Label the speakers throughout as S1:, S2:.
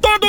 S1: todo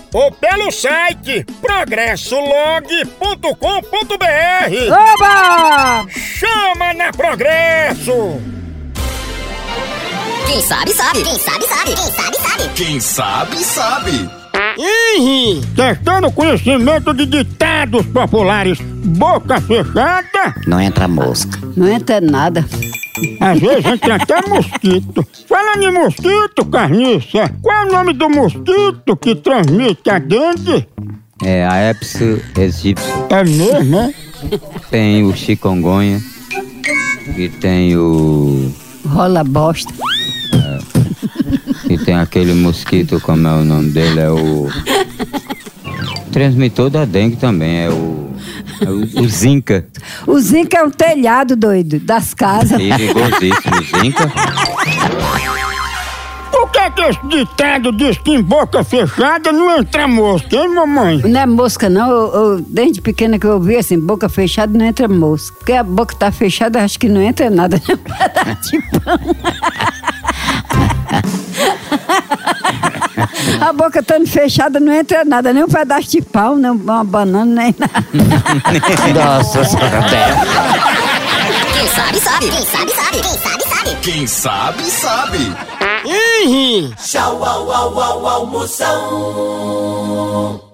S1: ou pelo site progressolog.com.br.
S2: Oba!
S1: Chama na Progresso!
S3: Quem sabe, sabe. Quem sabe, sabe. Quem sabe, sabe.
S4: Quem sabe, sabe.
S1: Henri, testando conhecimento de ditados populares, boca fechada,
S3: Não entra mosca.
S2: Não entra nada.
S1: às vezes entra até mosquito. Falando em mosquito, Carniça, qual é o nome do mosquito que transmite a dengue?
S5: É, a Epis egípcio
S1: É mesmo, é?
S5: tem o chikungunya e tem o...
S2: Rola bosta.
S5: e tem aquele mosquito, como é o nome dele, é o... Transmitor da dengue também, é o... É o, o zinca. É
S2: O zinco é um telhado doido das casas.
S5: Perigosíssimo, zinca.
S1: O que é que esse ditado diz que em boca fechada não entra mosca, hein, mamãe?
S2: Não é mosca, não. Eu- eu- desde pequena que eu ouvi assim, boca fechada não entra mosca. Porque a boca tá fechada, eu acho que não Tá entra nada. A boca estando fechada não entra nada, nem um pedaço de pau, nem uma banana, nem nada.
S3: Nossa senhora. Quem sabe, sabe. Quem sabe, sabe. Quem sabe, sabe.
S4: Quem sabe, sabe.
S1: Henri!
S6: Tchau, au, au, au, almoção.